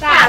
大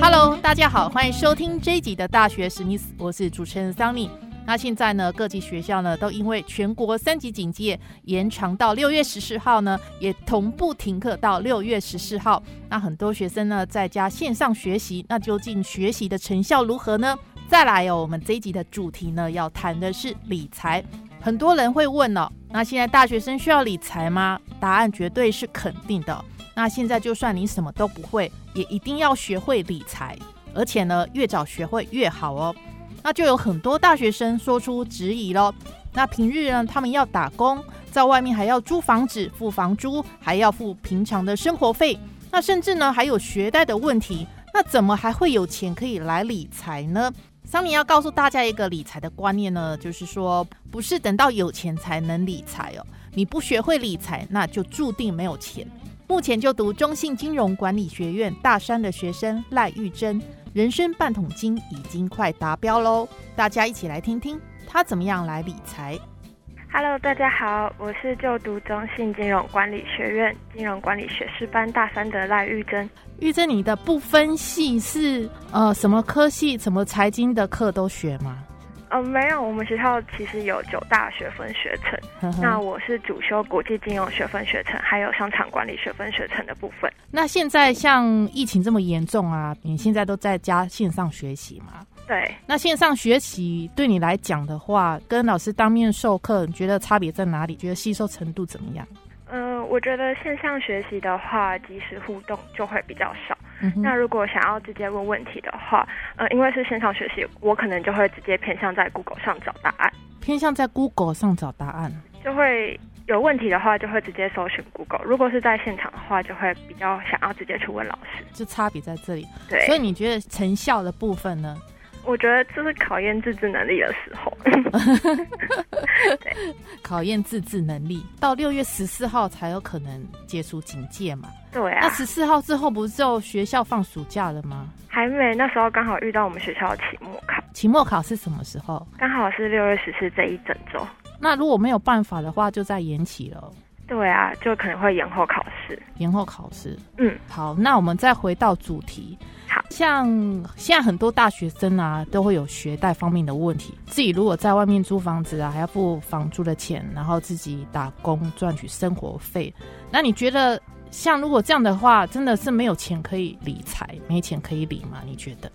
Hello，大家好，欢迎收听这一集的大学史密斯，我是主持人桑尼。那现在呢，各级学校呢都因为全国三级警戒延长到六月十四号呢，也同步停课到六月十四号。那很多学生呢在家线上学习，那究竟学习的成效如何呢？再来哦，我们这一集的主题呢要谈的是理财。很多人会问哦，那现在大学生需要理财吗？答案绝对是肯定的哦。那现在就算你什么都不会，也一定要学会理财，而且呢，越早学会越好哦。那就有很多大学生说出质疑喽。那平日呢，他们要打工，在外面还要租房子、付房租，还要付平常的生活费，那甚至呢还有学贷的问题。那怎么还会有钱可以来理财呢？桑尼要告诉大家一个理财的观念呢，就是说不是等到有钱才能理财哦，你不学会理财，那就注定没有钱。目前就读中信金融管理学院大三的学生赖玉珍，人生半桶金已经快达标喽！大家一起来听听她怎么样来理财。 Hello，大家好，我是就读中信金融管理学院金融管理学士班大三的赖玉珍。玉珍，你的不分系是呃什么科系、什么财经的课都学 吗？呃，没有，我们学校其实有九大学分学程，呵呵那我是主修国际金融学分学程，还有商场管理学分学程的部分。那现在像疫情这么严重啊，你现在都在家线上学习吗？对，那线上学习对你来讲的话，跟老师当面授课，你觉得差别在哪里？觉得吸收程度怎么样？嗯、我觉得线上学习的话，即时互动就会比较少。嗯哼那如果想要直接问问题的话，呃，因为是线上学习，我可能就会直接偏向在 Google 上找答案，偏向在 Google 上找答案。就会有问题的话就会直接搜寻 Google。如果是在现场的话，就会比较想要直接去问老师。就差别在这里。对，所以你觉得成效的部分呢？我觉得这是考验自制能力的时候。 考验自制能力，到六月十四号才有可能解除警戒嘛。对那啊，十四号之后不是就学校放暑假了吗？还没，那时候刚好遇到我们学校的期末考，期末考是什么时候？刚好是六月十四这一整周。那如果没有办法的话，就再延期了，哦对啊，就可能会延后考试。延后考试。嗯，好，那我们再回到主题。好，像现在很多大学生啊，都会有学贷方面的问题。自己如果在外面租房子啊，还要付房租的钱，然后自己打工赚取生活费。那你觉得，像如果这样的话，真的是没有钱可以理财，没钱可以理吗？你觉得？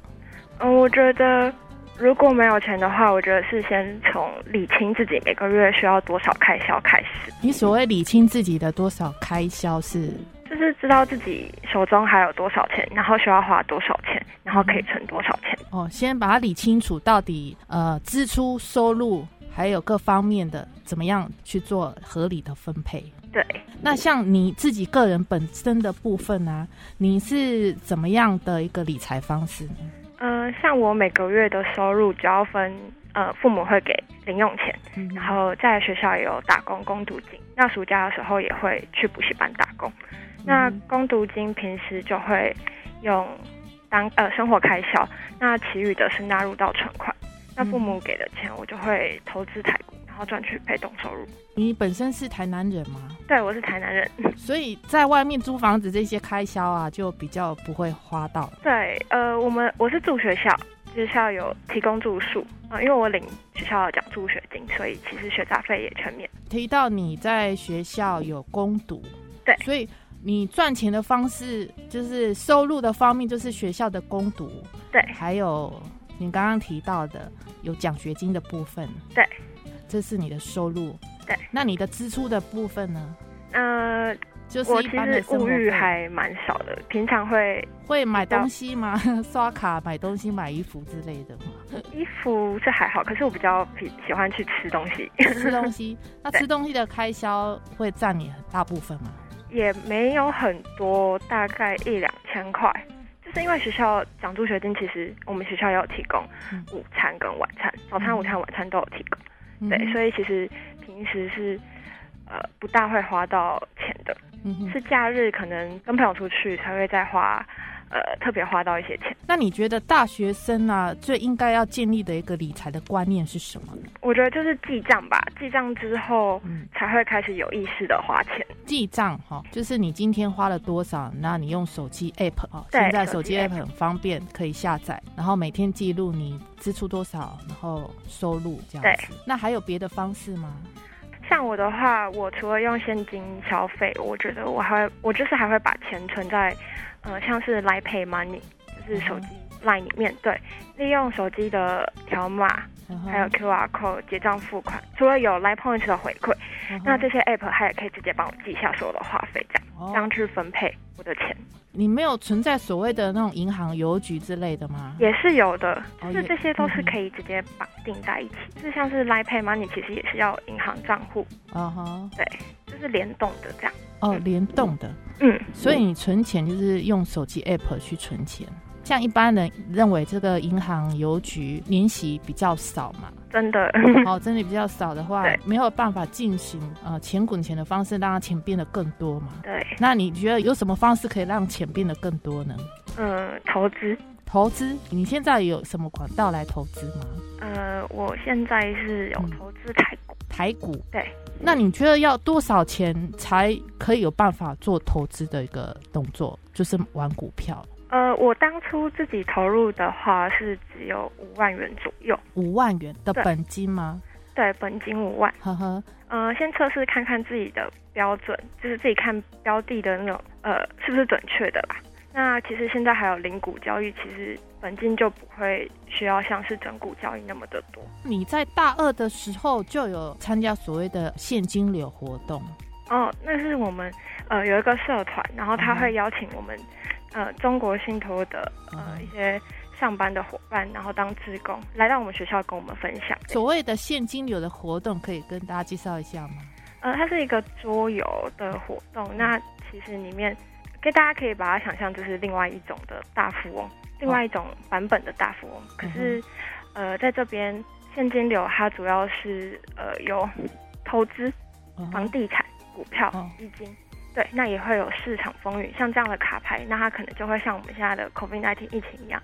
嗯，我觉得如果没有钱的话，我觉得是先从理清自己每个月需要多少开销开始，你所谓理清自己的多少开销是？就是知道自己手中还有多少钱，然后需要花多少钱，然后可嗯以存多少钱。哦，先把它理清楚，到底呃支出、收入还有各方面的怎么样去做合理的分配。对，那像你自己个人本身的部分啊，你是怎么样的一个理财方式呢？嗯、像我每个月的收入只要分，呃，父母会给零用钱。然后在学校也有打工工读金，那暑假的时候也会去补习班打工。那工读金平时就会用当呃生活开销，那其余的是纳入到存款。那父母给的钱我就会投资台股，然后赚取被动收入。你本身是台南人吗？对，我是台南人。所以在外面租房子这些开销啊，就比较不会花到。对，呃，我们我是住学校，学校有提供住宿啊、呃因为我领学校的奖助学金，所以其实学杂费也全免。提到你在学校有攻读，对所以你赚钱的方式就是收入的方面，就是学校的攻读，对还有你刚刚提到的有奖学金的部分，对，这是你的收入，对。那你的支出的部分呢？呃，就是我一其般的实生活物欲费还蛮少的，平常会会买比较东西吗？ 刷卡买东西、买衣服之类的 吗？衣服是还好，可是我比较喜喜欢去吃东西， 吃东西，那吃东西的开销会占你很大部分吗？也没有很多，大概一两千块。就是因为学校奖助学金，其实我们学校也有提供嗯午餐跟晚餐，早餐、嗯午餐、晚餐都有提供。嗯对，哼所以其实平时是呃不大会花到钱的，嗯哼是假日可能跟朋友出去才会再花，呃特别花到一些钱。那你觉得大学生啊，最应该要建立的一个理财的观念是什么呢？我觉得就是记账吧，记账之后嗯才会开始有意识的花钱。记账哈、就是你今天花了多少，那你用手机 app 哦，对现在手手机机 app 很方便，可以下载，然后每天记录你支出多少，然后收入这样子。那还有别的方式吗？像我的话，我除了用现金消费，我觉得我还我就是还会把钱存在，呃，像是 Line Pay Money，就是嗯手机 Line 里面，对，利用手机的条码嗯哼还有 QR code 结账付款。除了有 Line Points 的回馈，嗯哼那这些 App 它也可以直接帮我记一下所有的花费，这样哦这样去分配我的钱你没有存在所谓的那种银行、邮局之类的吗？也是有的，哦就是也这些都是嗯哼可以直接绑定在一起。就像是 Line Pay Money 其实也是要有银行账户，啊哈，就是联动的这样。哦，联动的。嗯，所以你存钱就是用手机 app 去存钱。像一般人认为这个银行、邮局年息比较少 嘛，真的。哦，真的比较少的话对，没有办法进行呃钱滚钱的方式，让它钱变得更多嘛。对，那你觉得有什么方式可以让钱变得更多呢？嗯，投资，投资，你现在有什么管道来投资吗？呃，我现在是有嗯投资台股，台股。对。那你觉得要多少钱才可以有办法做投资的一个动作，就是玩股票？呃，我当初自己投入的话是只有五万元左右，五万元的对本金吗？对，本金五万。呵呵，呃，先测试看看自己的标准，就是自己看标的的那种呃是不是准确的吧。那其实现在还有零股交易，其实本金就不会需要像是整股交易那么的多。你在大二的时候就有参加所谓的现金流活动，哦，那是我们呃有一个社团，然后他会邀请我们呃中国信托的嗯呃哼一些上班的伙伴，然后当志工来到我们学校跟我们分享。所谓的现金流的活动，可以跟大家介绍一下吗？呃，它是一个桌游的活动，那其实里面跟大家可以把它想象就是另外一种的大富翁，哦另外一种版本的大富翁。嗯可是呃在这边现金流它主要是呃有投资嗯房哼地产、股票哦、基金，对，那也会有市场风云，像这样的卡牌，那它可能就会像我们现在的 COVID-19 疫情一样，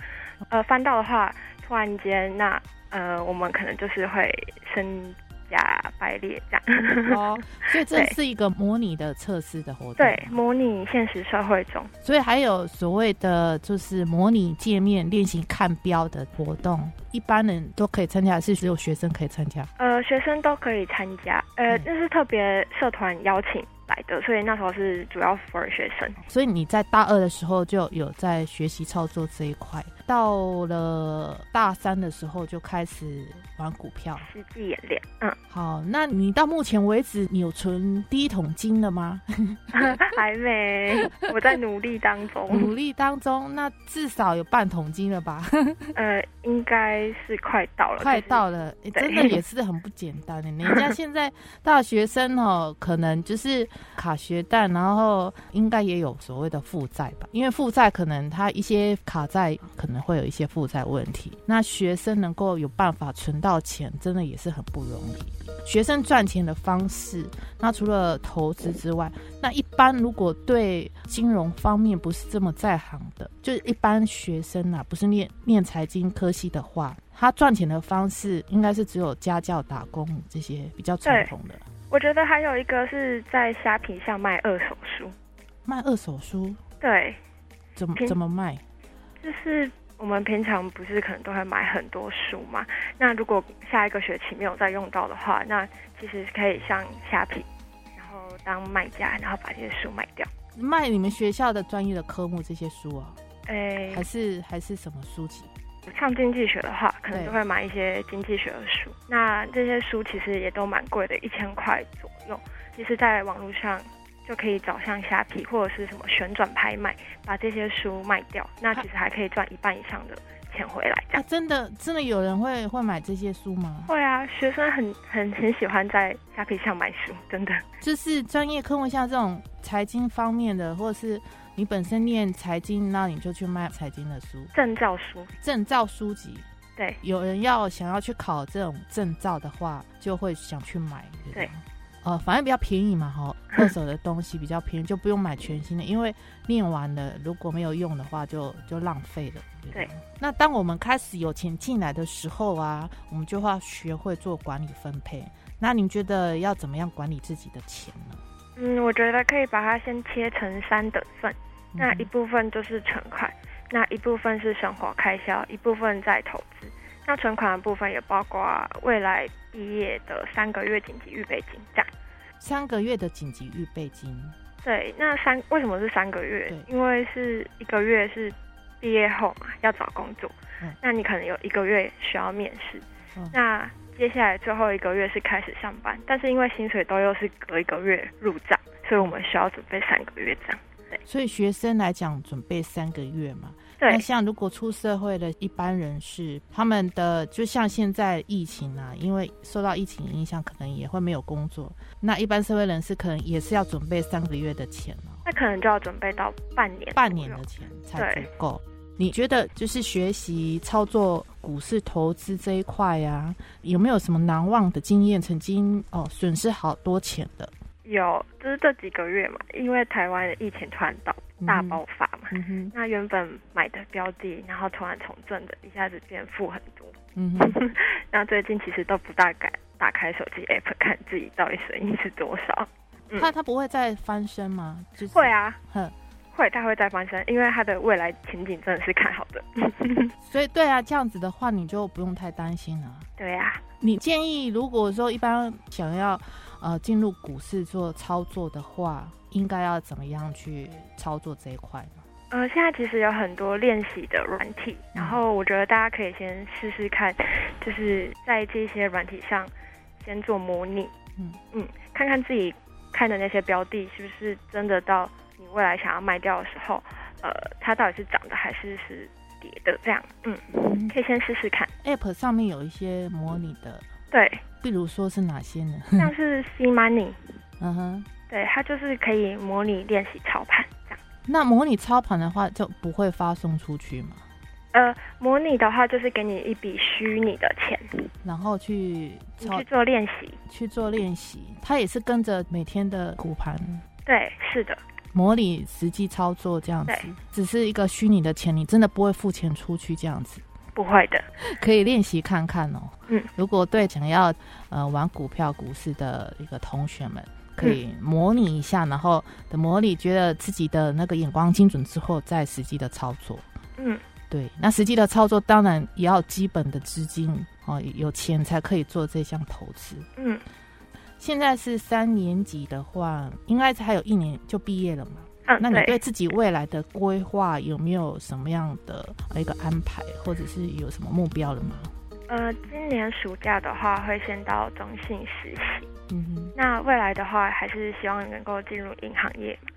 呃，翻到的话，突然间，那呃，我们可能就是会身家败裂这样。哦，所以这对是一个模拟的测试的活动，对，模拟现实社会中，所以还有所谓的就是模拟界面练习看标的活动，一般人都可以参加，还是只有学生可以参加？呃，学生都可以参加，呃嗯，那是特别社团邀请来的，所以那时候是主要 for 学生。所以你在大二的时候就有在学习操作这一块，到了大三的时候就开始玩股票。实际演练，嗯，好，那你到目前为止，你有存第一桶金了吗？嗯 还没，我在努力当中，努力当中，那至少有半桶金了吧？呃，应该是快到了，快就是到了，诶对真的也是很不简单的。欸人家现在大学生哦，可能就是卡学贷，然后应该也有所谓的负债吧，因为负债可能他一些卡债可能会有一些负债问题。那学生能够有办法存到钱，真的也是很不容易。学生赚钱的方式，那除了投资之外，那一般如果对金融方面不是这么在行的，就是一般学生啊，不是念念财经科系的话，他赚钱的方式应该是只有家教、打工这些比较传统的，我觉得还有一个是在虾皮上卖二手书，卖二手书对，怎么平怎么卖？就是我们平常不是可能都会买很多书嘛，那如果下一个学期没有再用到的话，那其实可以上虾皮，然后当卖家，然后把这些书卖掉。卖你们学校的专业的科目这些书啊，诶还，是还是什么书籍？上哎经济学的话，可能对就会买一些经济学的书。那这些书其实也都蛮贵的，一千块左右。其实，在网络上就可以找像虾皮或者是什么旋转拍卖，把这些书卖掉，那其实还可以赚一半以上的钱回来。这啊，样真的真的有人会会买这些书吗？会啊，学生很很很喜欢在虾皮上买书，真的。就是专业科目像这种财经方面的，或是你本身念财经，那你就去卖财经的书，证照书，证照书籍。对，有人要想要去考这种证照的话，就会想去买。不对，呃，反正比较便宜嘛， 哈，二手的东西比较便宜，就不用买全新的，因为念完了如果没有用的话就，就浪费了。不对。那当我们开始有钱进来的时候啊，我们就要学会做管理分配。那您觉得要怎么样管理自己的钱呢？嗯，我觉得可以把它先切成三等份，那嗯一部分就是存款，那一部分是生活开销，一部分在投资。那存款的部分也包括未来毕业的三个月紧急预备金，这样。三个月的紧急预备金，对，那三为什么是三个月对？因为是一个月是毕业后嘛，要找工作，嗯那你可能有一个月需要面试，嗯那接下来最后一个月是开始上班，但是因为薪水都又是隔一个月入账，所以我们需要准备三个月这样。所以学生来讲准备三个月嘛。对那，像如果出社会的一般人士，他们的就像现在疫情啊，因为受到疫情影响，可能也会没有工作。那一般社会人士可能也是要准备三个月的钱哦，那可能就要准备到半年左右，半年的钱才足对够。你觉得就是学习操作股市投资这一块呀、啊，有没有什么难忘的经验？曾经哦损失好多钱的，有，就是这几个月嘛，因为台湾的疫情突然到大嗯哼爆发嘛，嗯哼，那原本买的标的，然后突然从正的一下子变负很多。嗯哼。那最近其实都不大敢打开手机 app 看自己到底损益是多少。嗯他他不会再翻身吗？就是会，啊，哼，会，它会再翻身，因为它的未来前景真的是看好的。所以对啊，这样子的话你就不用太担心了。对啊呀、你建议如果说一般想要呃进入股市做操作的话，应该要怎么样去操作这一块呢？呃，现在其实有很多练习的软体，然后我觉得大家可以先试试看，就是在这些软体上先做模拟，嗯嗯，看看自己看的那些标的是不是真的到你未来想要卖掉的时候，呃，它到底是涨的还是是跌的这样，嗯，可以先试试看， App 上面有一些模拟的，对。比如说是哪些呢？像是 C Money， 嗯哼，对，它就是可以模拟练习操盘这样。那模拟操盘的话就不会发送出去嘛，呃，模拟的话就是给你一笔虚拟的钱，然后去你操去做练习。去做练习，它也是跟着每天的股盘对，是的，模拟实际操作这样子对，只是一个虚拟的钱，你真的不会付钱出去这样子，不会的。可以练习看看哦。嗯，如果对想要呃玩股票、股市的一个同学们，可以嗯模拟一下，然后等模拟觉得自己的那个眼光精准之后，再实际的操作。嗯，对，那实际的操作当然也要有基本的资金哦，有钱才可以做这项投资。嗯，现在是三年级的话，应该还有一年就毕业了嘛？嗯，那你对对，自己未来的规划有没有什么样的一个安排，或者是有什么目标了吗？呃，今年暑假的话会先到中信实习，嗯哼，那未来的话还是希望能够进入银行业嘛。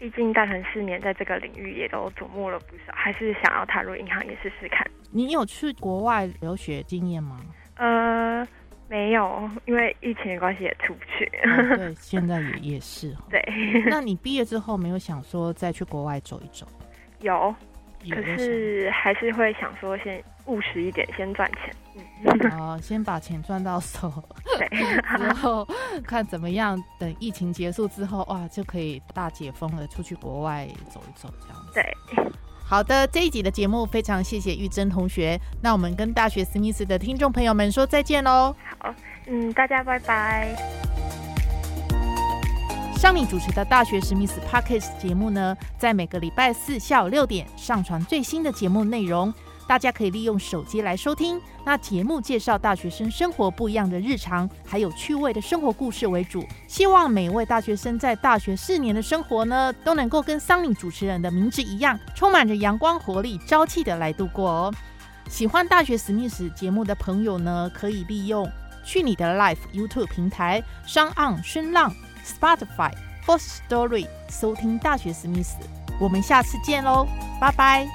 毕竟大成四年在这个领域也都琢磨了不少，还是想要踏入银行业试试看。你有去国外留学经验吗？呃，没有，因为疫情的关系也出不去。哦对，现在也也是哦。对， 那你毕业之后没有想说再去国外走一走？有，有可没有是还是会想说先务实一点，先赚钱。想哦，先把钱赚到手，对， 之后看怎么样。等疫情结束之后，哇，就可以大解封了，出去国外走一走这样子。对，好的，这一集的节目非常谢谢玉珍同学。那我们跟大学史密斯的听众朋友们说再见喽。好，嗯，大家拜拜。上米主持的《大学史密斯 Pockets》节目呢，在每个礼拜四下午六点上传最新的节目内容，大家可以利用手机来收听。那节目介绍大学生生活不一样的日常，还有趣味的生活故事为主。希望每位大学生在大学四年的生活呢，都能够跟桑尼主持人的名字一样，充满着阳光、活力、朝气的来度过哦。喜欢《大学史密斯》节目的朋友呢，可以利用去你的 Life YouTube 平台、商岸、声浪、Spotify、 First Story 收听大学史密斯。我们下次见喽，拜拜。